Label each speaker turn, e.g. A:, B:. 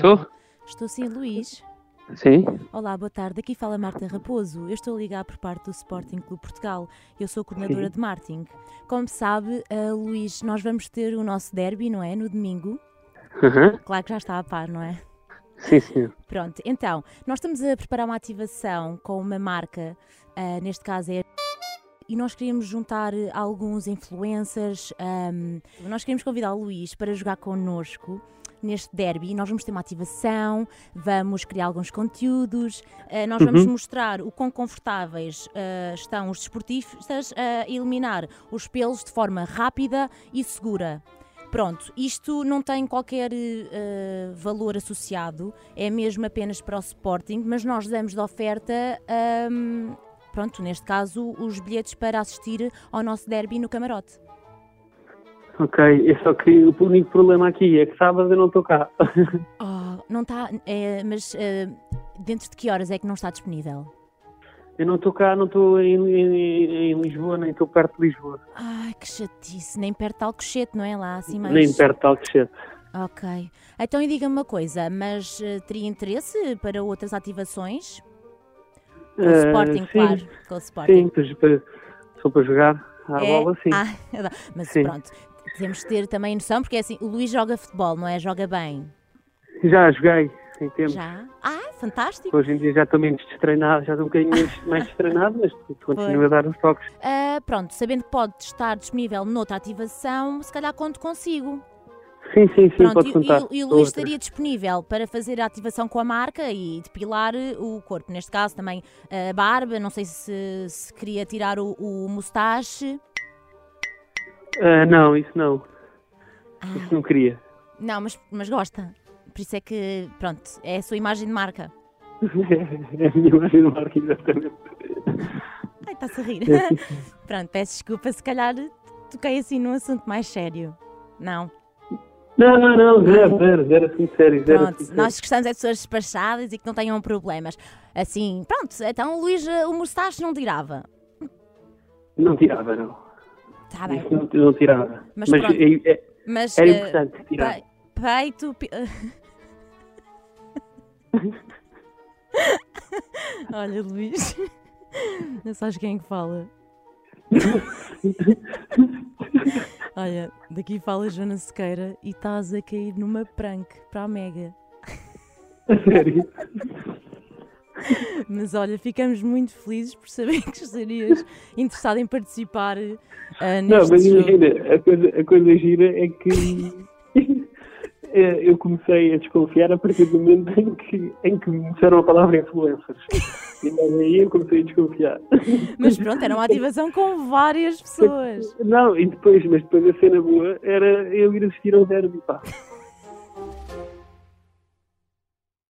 A: Tu?
B: Estou sim, Luís.
A: Sim?
B: Olá, boa tarde. Aqui fala Marta Raposo. Eu estou a ligar por parte do Sporting Clube Portugal. Eu sou coordenadora de marketing. Como sabe, ah, Luís, nós vamos ter o nosso derby, não é? No domingo.
A: Aham.
B: Claro que já está a par, não é?
A: Sim, senhor.
B: Pronto, então, nós estamos a preparar uma ativação com uma marca, ah, neste caso é. E nós queríamos juntar eh, alguns influencers. ahm, nós queríamos convidar o Luís para jogar connosco neste derby. E nós vamos ter uma ativação, vamos criar alguns conteúdos, ah, nós vamos mostrar o quão confortáveis ah, estão os desportistas a eliminar os pelos de forma rápida e segura. Pronto, isto não tem qualquer eh, valor associado, é mesmo apenas para o Sporting, mas nós damos de oferta, ahm, pronto, neste caso, os bilhetes para assistir ao nosso derby no camarote.
A: Ok, eu só que o único problema aqui é que sábado eu não estou cá.
B: Oh, não está, eh, mas eh, dentro de que horas é que não está disponível?
A: Eu não estou cá, não estou em, em- em Lisboa, nem estou perto de Lisboa.
B: Ai, que chatice, nem perto de Alcochete, não é lá, assim mais...
A: Nem perto de Alcochete.
B: Ok, então e diga-me uma coisa, mas eh, teria interesse para outras ativações? Com o
A: Eh,
B: Sporting,
A: sim,
B: claro, com o Sporting.
A: Sim, pois, pois, só para jogar à
B: É,
A: bola, sim.
B: ah, adoro. mas
A: Sim.
B: pronto, temos de ter também noção, porque é assim, o Luís joga futebol, não é? Joga bem.
A: Já joguei, em tempo.
B: Já? Ah, fantástico.
A: Hoje em dia já estou menos destreinado, já estou um bocadinho menos, mais destreinado, mas continuo a dar uns toques.
B: Ah, pronto, sabendo que pode estar disponível noutra ativação, se calhar conto consigo.
A: Sim, sim, sim,
B: pronto,
A: pode
B: e-
A: contar.
B: e, e o
A: Outra.
B: Luís estaria disponível para fazer a ativação com a marca e depilar eh, o corpo. Neste caso também eh, a barba, não sei se, se queria tirar o, o mustache.
A: Ah, não, isso não.
B: Ah,
A: Isso não queria.
B: não, mas, mas gosta. Por isso é que, pronto, é a sua imagem de marca.
A: É a minha imagem no barco, exatamente.
B: Ai, está-se a rir.
A: É
B: Pronto, peço desculpa, se calhar toquei assim num assunto mais sério. Não,
A: Não, não, não, zero, zero, zero assim, sério, zero assim,
B: pronto,
A: sério.
B: nós gostamos é de pessoas despachadas e que não tenham problemas. Assim, pronto, então o Luís, eh, o mustache não tirava.
A: Não tirava, não.
B: Está Tá bem,
A: Isso não, não tirava.
B: Mas
A: Mas,
B: pronto.
A: é- é-
B: mas...
A: era
B: eh,
A: importante tirar.
B: pe- Peito... pi- Olha, Luís, não sabes quem é que fala. Olha, daqui fala Joana Sequeira e estás a cair numa prank para a Mega.
A: A sério.
B: Mas olha, ficamos muito felizes por saber que estarias interessado em participar ah, neste
A: Não, mas
B: jogo.
A: imagina, a coisa, a coisa gira é que é, eu comecei a desconfiar a partir do momento em que, em que me disseram a palavra influencers. E mas aí eu comecei a desconfiar.
B: Mas pronto, era uma ativação com várias pessoas.
A: Não, e depois, mas depois a cena boa era eu ir assistir ao derby, pá.